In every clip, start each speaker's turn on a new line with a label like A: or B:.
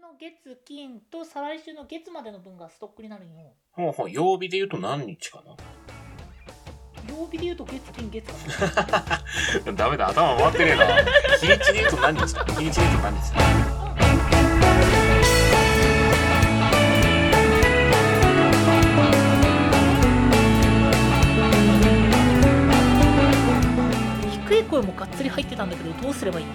A: の月金と再来週の月までの分がストックになるんよ
B: ほうほう、曜日で言うと何日か
A: 曜日で言うと月金月かな
B: な ダメだ、頭回ってねえな。 日にちで言うと何日か日にちで言うと何日だ
A: 低い声もがっつり入ってたんだけどどうすればいいの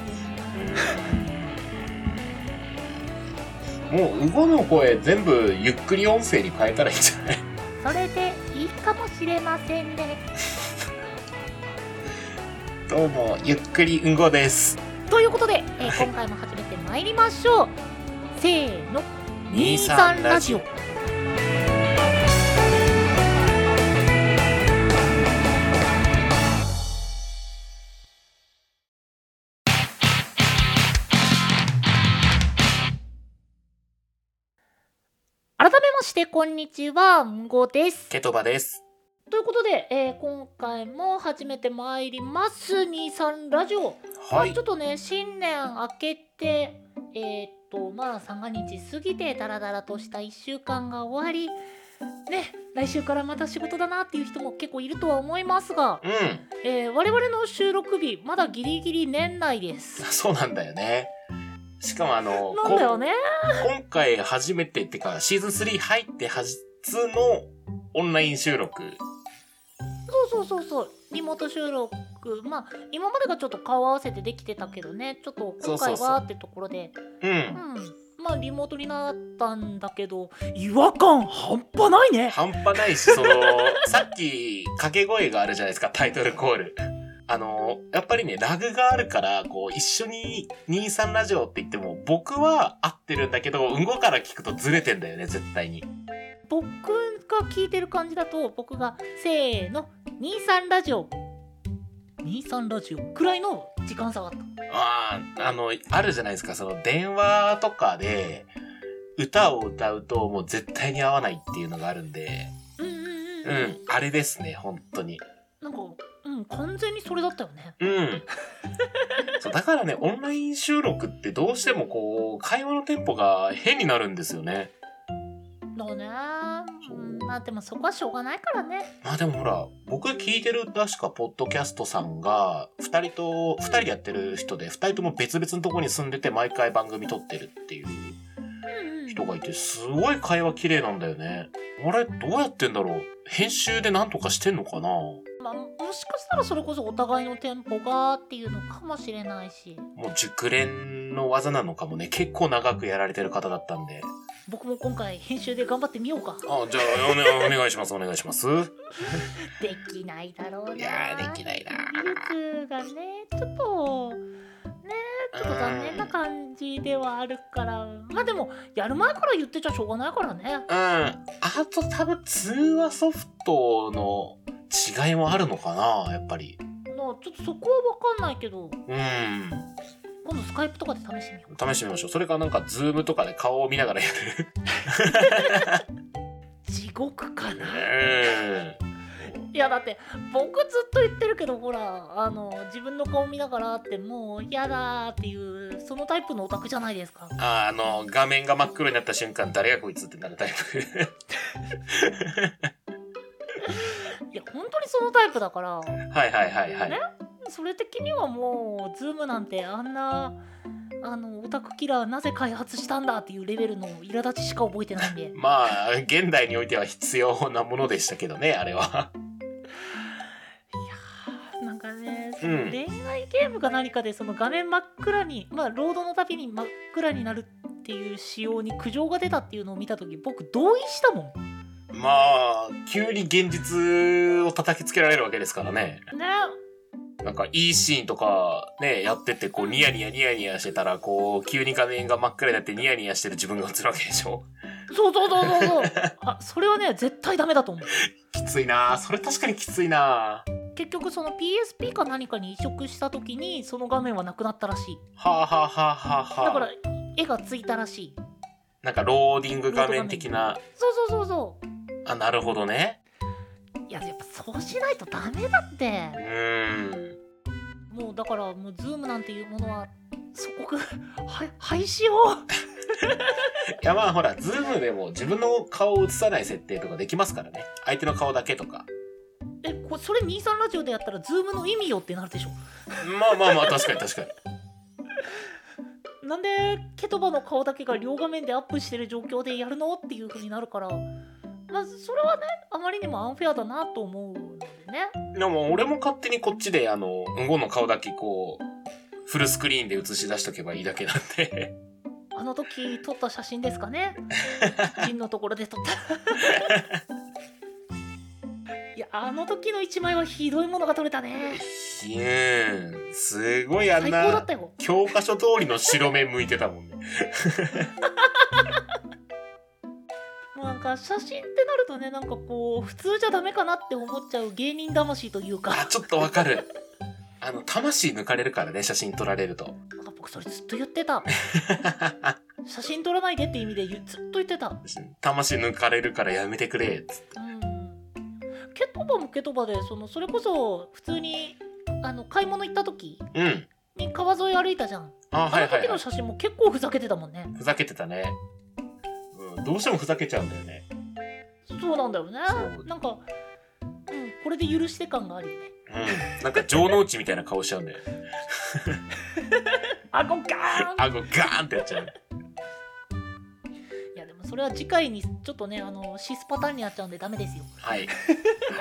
B: もう、ウゴの声全部ゆっくり音声に変えたらいいんじゃない
A: それでいいかもしれませんね
B: どうも、ゆっくりうんごです。
A: ということで、えー今回も始めてまいりましょうせーの
B: 23ラジオ
A: 改めましてこんにちはんごです
B: ケトバです。
A: ということで、えー今回も始めてまいります23ラジオ
B: は
A: まあ
B: い
A: ちょ。っとね新年明けてえーっとまあ三が日過ぎてダラダラとした1週間が終わりね来週からまた仕事だなっていう人も結構いるとは思いますが、
B: うん。
A: えー我々の収録日まだギリギリ年内です。
B: そうなんだよね。しかもあの、
A: なんだよね
B: こん今回初めてってか、シーズン3入って初のオンライン収録。
A: そうそうそうそうリモート収録まあ今までがちょっと顔合わせてできてたけどねちょっと今回
B: そうそうそう
A: はってところで
B: うん。
A: うんまあリモートになったんだけど違和感半端ないね
B: 半端ないし、その、さっき掛け声があるじゃないですか、タイトルコール。あの、やっぱりね、ラグがあるから、こう、一緒に23ラジオって言っても、僕は合ってるんだけど、うんごから聞くとずれてんだよね、絶対に。
A: 僕が聞いてる感じだと僕がせーの23ラジオ23ラジオくらいの時間差があった
B: ああ、あの、あるじゃないですか、その、電話とかで、歌を歌うと、もう絶対に合わないっていうのがあるんで、
A: うんうんうん、
B: うん、あれですね、本当に。
A: なんかうん完全にそれだったよね
B: うん。そうだからね、オンライン収録ってどうしてもこう、会話のテンポが変になるんですよね。
A: だねうんまあでもそこはしょうがないからね
B: まあでもほら、僕聞いてる確かポッドキャストさんが、二人と、二人でやってる人で、二人とも別々のとこに住んでて毎回番組撮ってるっていう
A: うんうん
B: 人がいて、すごい会話綺麗なんだよね。あれ、どうやってんだろう編集でなんとかしてんのかな
A: まあ、もしかしたらそれこそお互いのテンポがっていうのかもしれないし
B: もう熟練の技なのかもね、結構長くやられてる方だったんで。
A: 僕も今回編集で頑張ってみようか
B: あ、じゃあ、お,、ね、お願いします、お願いします。
A: できないだろうない
B: やーできないな
A: 技術がねちょっとねちょっと残念な感じではあるからまあでもやる前から言ってちゃしょうがないからね
B: うん。あと多分通話ソフトの違いもあるのかな、やっぱり。
A: のちょっとそこは分かんないけど
B: うん。
A: 今度スカイプとかで試してみよう
B: 試してみましょう。それかなんかズームとかで顔を見ながらやる。
A: 地獄かな
B: う
A: いやだって僕ずっと言ってるけどほらあの自分の顔見ながらってもう嫌だーっていうそのタイプのオタクじゃないですか
B: ん。 ああの、画面が真っ黒になった瞬間、誰がこいつってなるタイプ。
A: いや本当にそのタイプだから
B: はいはいはいはい。
A: それ的にはもうズームなんてあんなあのオタクキラーなぜ開発したんだっていうレベルの苛立ちしか覚えてないんで
B: まあ、現代においては必要なものでしたけどね、あ れは。
A: なんかねそ
B: うん
A: の恋愛ゲームか何かでその画面真っ暗にまあロードの度に真っ暗になるっていう仕様に苦情が出たっていうのを見た時僕同意したもん。
B: まあ、急に現実を叩きつけられるわけですからね。
A: ね
B: なんかいいシーンとかね、やっててこうニヤニヤニヤニヤしてたら、こう急に画面が真っ暗になってニヤニヤしてる自分が映るわけでしょ。
A: そうそうそうそう そうあそれはね絶対ダメだと思う。
B: きついなあそれ確かにきついなあ
A: 結局その PSP か何かに移植した時にその画面はなくなったらしい。
B: はあ、はあはあはあはあ、
A: だから絵がついたらしい。
B: なんかローディング画面的な。
A: そうそうそうそう。
B: あ、なるほどね。
A: いややっぱそうしないとダメだって
B: うーん。
A: もうだからもうズームなんていうものは祖国は廃止を
B: いやまあほら、ズームでも自分の顔を映さない設定とかできますからね。相手の顔だけとか。
A: えこそれ23ラジオでやったらズームの意味よってなるでしょ
B: まあまあまあ、確かに確かに。
A: なんでケトバの顔だけが両画面でアップしてる状況でやるのっていう風になるからまあそれはねあまりにもアンフェアだなと思うのでね
B: でも俺も勝手にこっちであの、うんごの顔だけこう、フルスクリーンで映し出しとけばいいだけなんで。
A: あの時撮った写真ですかねキッチンのところで撮ったいやあの時の一枚はひどいものが撮れたね
B: いやーすごいあん
A: 最高だっ
B: な、
A: たよ
B: 教科書通りの白目向いてたもんね。
A: もうなんか写真ってなるとねなんかこう普通じゃダメかなって思っちゃう芸人魂というか
B: あ、ちょっとわかる。あの、魂抜かれるからね、写真撮られると。
A: なんか僕それずっと言って た写真撮らないでって意味で言うずっと言ってたうん
B: 魂抜かれるからやめてくれ。つって
A: ケトバもケトバでそのそれこそ普通にあの買い物行った時
B: うん。
A: に川沿い歩いたじゃん
B: あ、
A: あ
B: はい
A: の
B: はい、
A: 時
B: は
A: の
B: い。
A: 写真も結構ふざけてたもんね、
B: ふざけてたね。うん、どうしてもふざけちゃうんだよね。
A: そうなんだよね
B: そう
A: なんかうんこれで許して感があるよね
B: うん。なんか城之内みたいな顔しちゃうんだよ ね。
A: あこっか
B: 顎ガーンってやっちゃう。
A: いやでもそれは次回にちょっとねあのシスパターンになっちゃうんでダメですよ
B: はい。は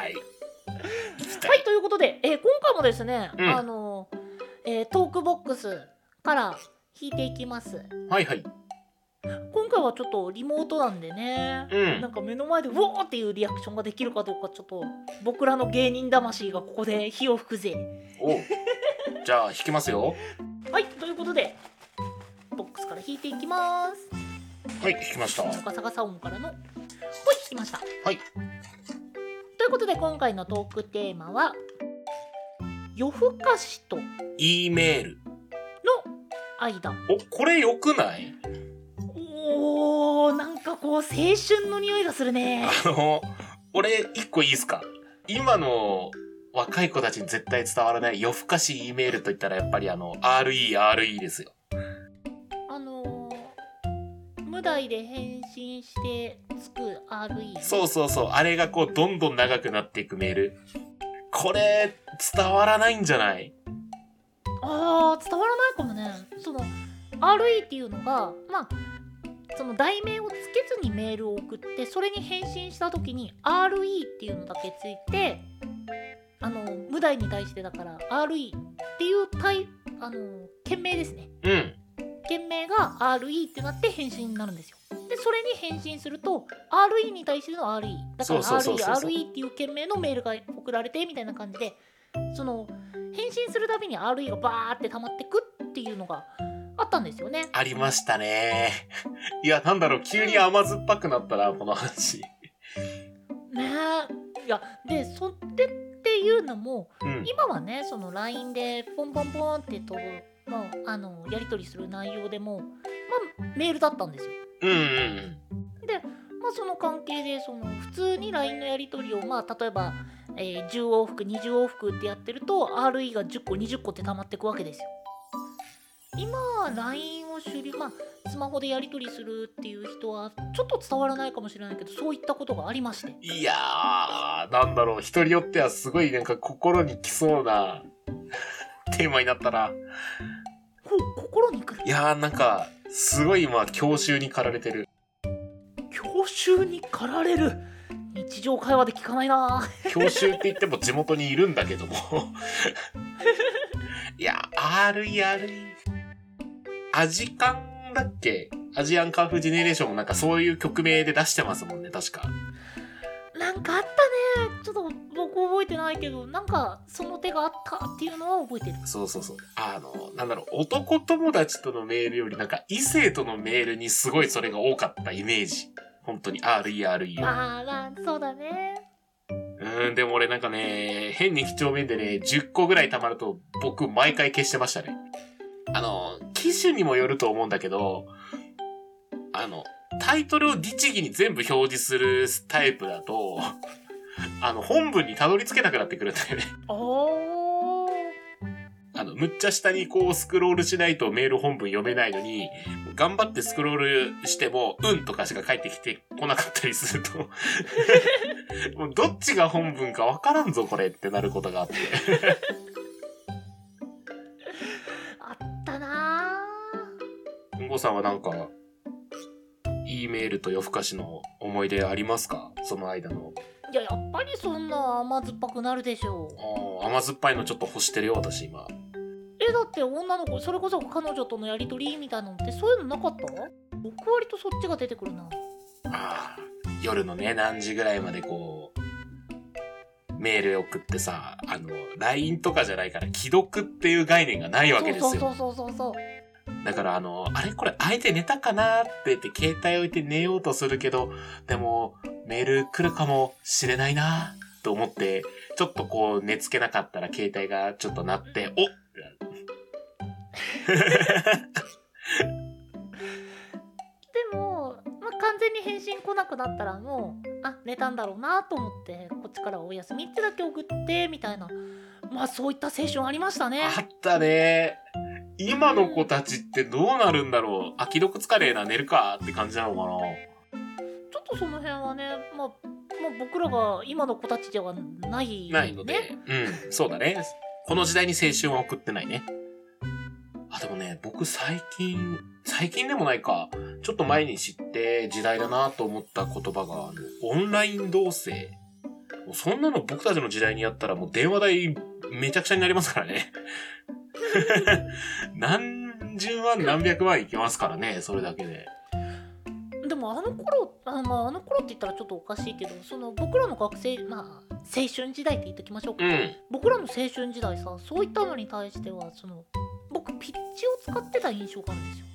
B: い。
A: はい、ということで、えー今回もですね、
B: うん
A: あのー、えートークボックスから引いていきます。
B: はいはい。
A: 今回はちょっとリモートなんでね、
B: うん
A: なんか目の前で「うおー!」っていうリアクションができるかどうかちょっと僕らの芸人魂がここで火を吹くぜ。
B: おうじゃあ、弾きますよ。
A: はい、ということで、ボックスから引いていきます。
B: はい、弾きました。
A: ガサガサ音からの、ほい、来ました。
B: はい。
A: ということで、今回のトークテーマは、夜更かしとの
B: E メール。
A: 間。
B: お、これ良くない
A: おーなんかこう青春の匂いがするね
B: あの、俺、一個いいですか今の若い子たちに絶対伝わらない夜更かし E メールと言ったらやっぱりあの、RE、RE ですよ。
A: あのー、無題で返信してつく RE
B: そうそうそう、あれがこう、どんどん長くなっていくメール。これ、伝わらないんじゃない
A: あー伝わらないかもねその RE っていうのがまあその題名をつけずにメールを送ってそれに返信した時に RE っていうのだけついてあの無題に対してだから RE っていう対あの件名ですね
B: うん。
A: 件名が RE ってなって返信になるんですよ。でそれに返信すると RE に対しての RE だから
B: そうそうそうそうそう
A: RERE っていう件名のメールが送られてみたいな感じでその返信するたびに RE がバーって溜まってくっていうのがあったんですよね。
B: ありましたね。 いや、なんだろう、急に甘酸っぱくなったな、この話。
A: ねえいやでそれっていうのも
B: うん。
A: 今はねその LINE でポンポンポンって飛ぶ、まあ、あのやり取りする内容でも、まあ、メールだったんですよ。
B: うんうん
A: まあ、その関係でその普通に LINE のやり取りを、まあ、例えば、えー10往復20往復ってやってると RE が10個20個って溜まってくわけですよ。今 LINE を主流、まあ、スマホでやり取りするっていう人はちょっと伝わらないかもしれないけどそういったことがありまして
B: うん。いやー、なんだろう、人によってはすごいなんか心に来そうなテーマになったな。
A: こ心に来る
B: いやー、なんか、すごい今、教習に駆られてる。
A: 教習に駆られる日常会話で聞かないなぁ
B: 教習って言っても地元にいるんだけども。 いや、RE、RE。アジカンだっけアジアンカンフージェネレーションもなんかそういう曲名で出してますもんね、確か。
A: なんかあったねちょっと僕覚えてないけどなんかその手があったっていうのは覚えてる
B: そうそうそう。あの、なんだろう、男友達とのメールより、なんか異性とのメールにすごいそれが多かったイメージ。本当に、RERE は。
A: まあまあそうだね
B: うーん、でも俺なんかね、変に几帳面でね、10個ぐらい溜まると、僕毎回消してましたね。あの、機種にもよると思うんだけど、あの、タイトルを律儀に全部表示するタイプだと、あの、本文にたどり着けなくなってくるんだよね。
A: おー
B: ああの、むっちゃ下にこうスクロールしないとメール本文読めないのに、頑張ってスクロールしても、うんとかしか返ってきてこなかったりすると、もうどっちが本文かわからんぞこれってなることがあって。
A: あったな
B: うんごさんはなんか、E メールと夜更かしの思い出ありますかその間の。
A: ーいややっぱりそんな甘酸っぱくなるでしょう
B: あー甘酸っぱいのちょっと欲してるよ、私今。
A: えだって女の子それこそ彼女とのやり取りみたいなのってそういうのなかった僕割とそっちが出てくるな
B: あー夜のね、何時ぐらいまでこう、メール送ってさ、あの、LINE とかじゃないから、既読っていう概念がないわけです
A: そうそ
B: よ。
A: うそうそうそう
B: だからあの、あれこれ相手寝たかなって言って携帯置いて寝ようとするけど、でも、メール来るかもしれないなと思って、ちょっとこう寝つけなかったら携帯がちょっと鳴って、おっ
A: でも、まあ、完全に返信来なくなったらもうあ寝たんだろうなと思ってこっちからお休みってだけ送ってみたいなまあそういった青春ありましたね
B: あったね。今の子たちってどうなるんだろう。あ、既読疲れえな、寝るかって感じなのかな。
A: ちょっとその辺はね、まあ、まあ僕らが今の子たちではない
B: ないので、
A: ね
B: うん、そうだね。この時代に青春は送ってないね。あ、でもね、僕最近、最近でもないか、ちょっと前に知って時代だなと思った言葉が、あのオンライン同棲。もうそんなの僕たちの時代にやったらもう電話代めちゃくちゃになりますからね。 何十万何百万いきますからね、それだけで。
A: でもあの頃あ,、まあ、あの頃って言ったらちょっとおかしいけどその僕らの学生まあ青春時代って言っときましょうか、
B: うん。
A: 僕らの青春時代さそういったのに対してはその僕ピッチを使ってた印象があるんですよ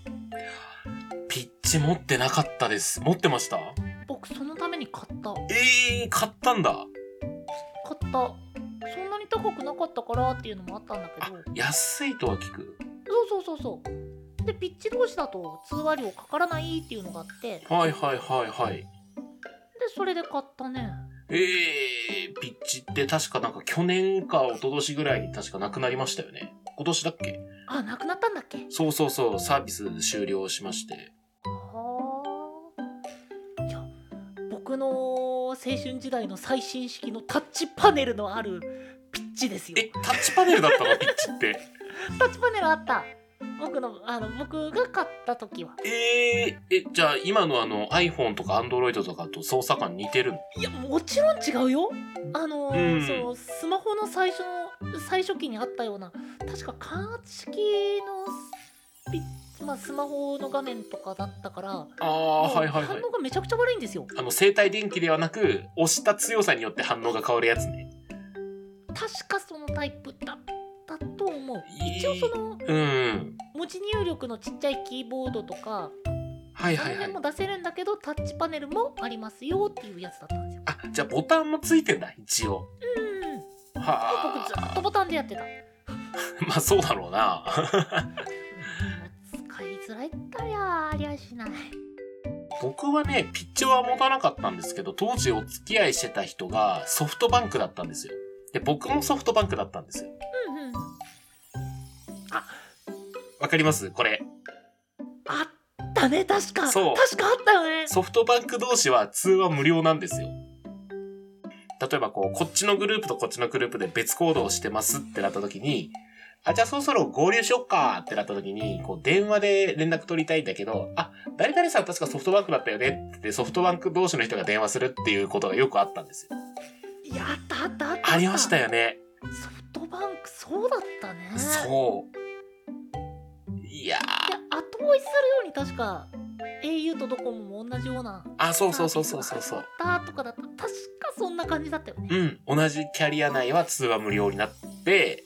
B: ピッチ持ってなかったです。持ってました
A: 僕そのために買った
B: ええー、買ったんだ。
A: 買ったそんなに高くなかったからっていうのもあったんだけ
B: あ
A: ど、
B: 安いとは聞く。
A: そうそうそうそうでピッチ同士だと通話料かからないっていうのがあってで
B: はいはいはいはい。
A: それで買ったね
B: ええー、ピッチって確かなんか去年か一昨年ぐらいに確かなくなりましたよね。今年だっけ
A: あなくなったんだっけ
B: そうそうそう、サービス終了しまして。
A: はあいや僕の青春時代の最新式のタッチパネルのあるピッチですよ
B: え、タッチパネルだった のピッチって。
A: タッチパネルあった僕のあの僕が買った時は
B: ええー、え、じゃあ今のあの iPhone とか Android とかと操作感似てるの
A: いやもちろん違うよあのー
B: うん
A: そのスマホの最初の最初期にあったような確か感圧式のピッまあ、スマホの画面とかだったから
B: あ
A: あ
B: あー、はいはいは
A: 反
B: い。
A: 応がめちゃくちゃ悪いんですよ
B: あの、生体電気ではなく、押した強さによって反応が変わるやつね。
A: 確かそのタイプだったと思う
B: 一
A: 一応その
B: うん。
A: 文字入力のちっちゃいキーボードとか
B: はい
A: そ
B: は
A: の
B: いは
A: 辺
B: い
A: も。出せるんだけど、タッチパネルもありますよっていうやつだったんですよ
B: あ、じゃあボタンもついてんだ、一応。
A: うん
B: は
A: 僕ずっ
B: あ。
A: とボタンでやってた
B: まあそうだろうな。
A: 使いづらいったやありゃしない
B: 僕はね、ピッチは持たなかったんですけど、当時お付き合いしてた人がソフトバンクだったんですよ。で、僕もソフトバンクだったんですよ。
A: うんうん
B: わかりますこれ。
A: あったね確か
B: そう
A: 確かあったよね
B: ソフトバンク同士は通話無料なんですよ。例えばこう、こっちのグループとこっちのグループで別行動をしてますってなった時に、あ、じゃあそろそろ合流しよっかってなった時に、こう、電話で連絡取りたいんだけど、あ、誰々さん確かソフトバンクだったよねってソフトバンク同士の人が電話するっていうことがよくあったんですよ。
A: いやあったあったあった
B: ありました
A: よ
B: よね。
A: ソフトバンクそうだったねう
B: そう。いやー。
A: 後追いするように確か au とドコモも同じような
B: あ、そうそうそうそうそうそう。
A: だとかだった確かそんな感じだったよね
B: うん。同じキャリア内は通話無料になって、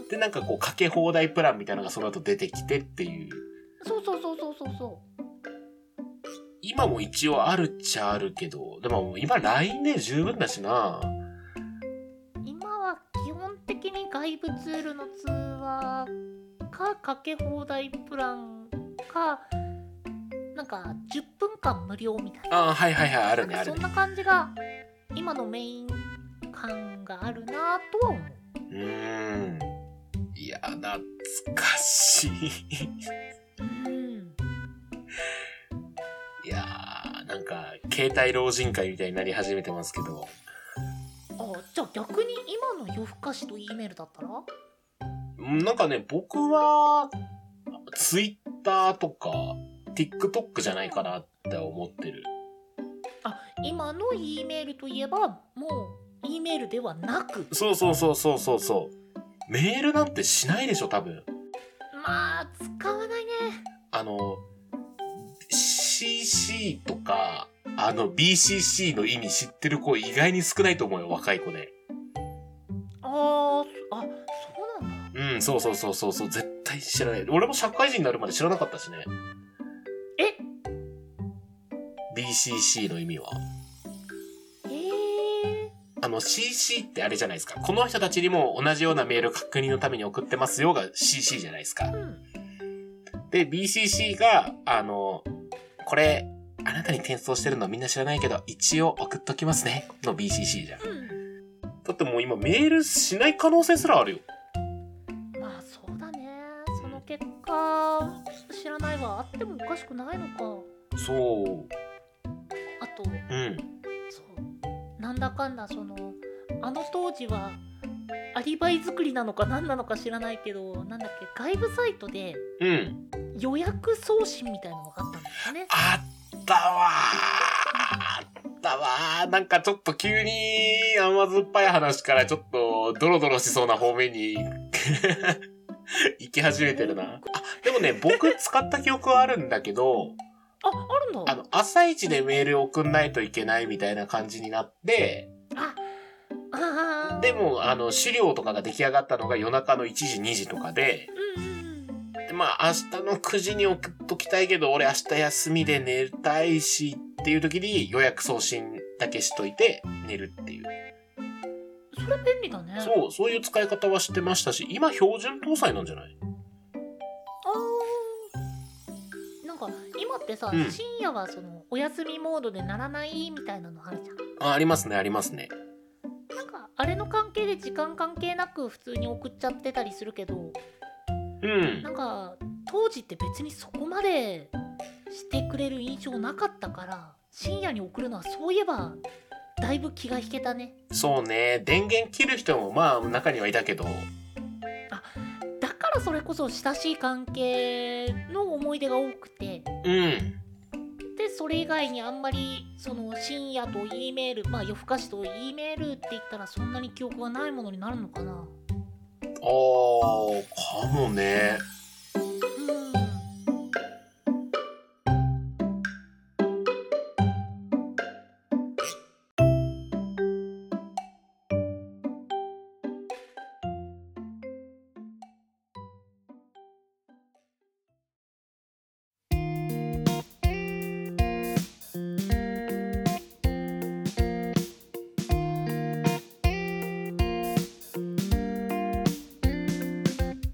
A: うん
B: でなんかこうかけ放題プランみたいなのがその後出てきてっていう
A: そうそうそうそうそうそ
B: 今も一応あるっちゃあるけどでももう今 LINE で十分だしな
A: う今は基本的に外部ツールの通話かかけ放題プランかなんか10分間無料みたいな
B: あーはいはいはいあるね
A: なん
B: あ
A: か
B: る
A: そん
B: ね
A: な感じが今のメイン感があるなぁとは思う
B: うーんいやや、懐かしい。
A: うん
B: いやー、なんか、携帯老人会みたいになり始めてますけど。
A: あじゃあ逆に今の夜更かしと E メールだったら
B: うんなんかね、僕は、Twitter とか、TikTok じゃないかなって思ってる。
A: あ今の E メールといえばもう E メールではなく
B: そうそうそうそうそうそう。メールなんてしないでしょ、多分。
A: まあ使わないね
B: あの、CC とか、あの BCC の意味知ってる子意外に少ないと思うよ、若い子で。
A: あーあそうなんだ
B: うん、そうそうそうそうそう、絶対知らない。俺も社会人になるまで知らなかったしね。
A: え
B: BCC の意味は。
A: え
B: あの CC ってあれじゃないですか。この人たちにも同じようなメール確認のために送ってますよが CC じゃないですか
A: ー、。うん
B: で、BCC が、あの、これ、あなたに転送してるのみんな知らないけど、一応送っときますね。の BCC じゃん。
A: う
B: だってもう今メールしない可能性すらあるよ。
A: んまあそうだねその結果知らないはあってもおかしくないのか
B: そう。
A: あと
B: うん。
A: そうなんだかんだそのあの当時はアリバイ作りなのか何なのか知らないけどなんだっけ外部サイトで
B: うん。
A: 予約送信みたいなのがあったんですよね
B: あったわーあったわーなんかちょっと急に甘酸っぱい話からちょっとドロドロしそうな方面に行き始めてるな。あ、でもね、僕使った記憶はあるんだけど、
A: ああるの
B: あの、朝一でメール送んないといけないみたいな感じになって、
A: あああ
B: でも、あの、資料とかが出来上がったのが夜中の1時、2時とかで、
A: うんうん
B: でまあ、明日の9時に送っときたいけど、俺明日休みで寝たいしっていう時に予約送信だけしといて寝るっていう。
A: それ便利だね
B: そう、そういう使い方はしてましたし、今標準搭載なんじゃない
A: あーなんか今ってさ、
B: うん
A: 深夜はそのお休みモードでならないみたいなのあるじゃん
B: あ、ありますね、ありますね。
A: なんかあれの関係で時間関係なく普通に送っちゃってたりするけど
B: うん
A: な。んか当時って別にそこまでしてくれる印象なかったから深夜に送るのはそういえばだいぶ気が引けたね
B: そうね、電源切る人もまあ、中にはいたけど、
A: だからそれこそ親しい関係の思い出が多くて
B: うん。
A: でそれ以外にあんまりその深夜と E メールまあ夜更かしと E メールって言ったらそんなに記憶がないものになるのかな
B: あー、かもね。
A: うん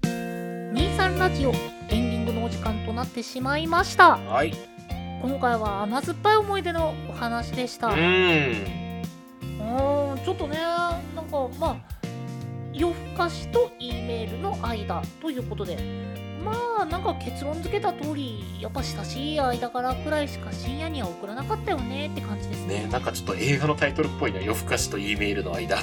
A: 23ラジオエンディングのお時間となってしまいました
B: はい。
A: 今回は甘酸っぱい思い出のお話でした、
B: うん。
A: うーんちょっとねなんかまあ夜更かしと E メールの間ということでまあなんか結論付けた通りやっぱ親しい間からくらいしか深夜には送らなかったよねって感じですね
B: ね、なんかちょっと映画のタイトルっぽいな、夜更かしと E メールの間。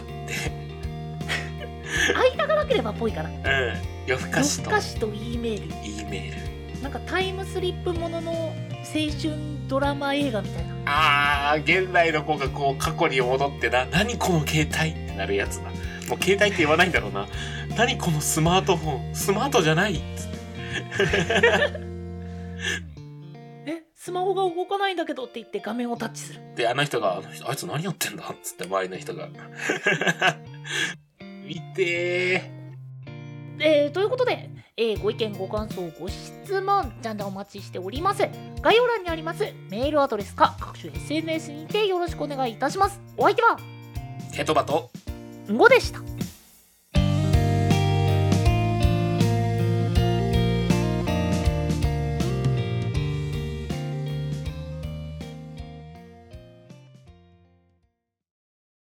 A: 間がなければぽいから
B: う
A: 夜
B: ん。夜更かし
A: 更
B: と
A: かしと E メー
B: E メール。
A: ルなんかタイムスリップものの青春ドラマ映画みたいな
B: あー、現代の子がこう過去に戻ってな、何この携帯ってなるやつだ。もう携帯って言わないんだろうな。何このスマートフォン、スマートじゃないっつって
A: えスマホが動かないんだけどって言って画面をタッチする
B: で、あの人が、あの人あいつ何やってんだっつって周りの人が。 見てー。
A: えーということで、えーご意見ご感想ご質問ジャンダンお待ちしております概要欄にありますメールアドレスか各種 SNS にてよろしくお願いいたしますお相手は
B: ケトバと
A: んごでした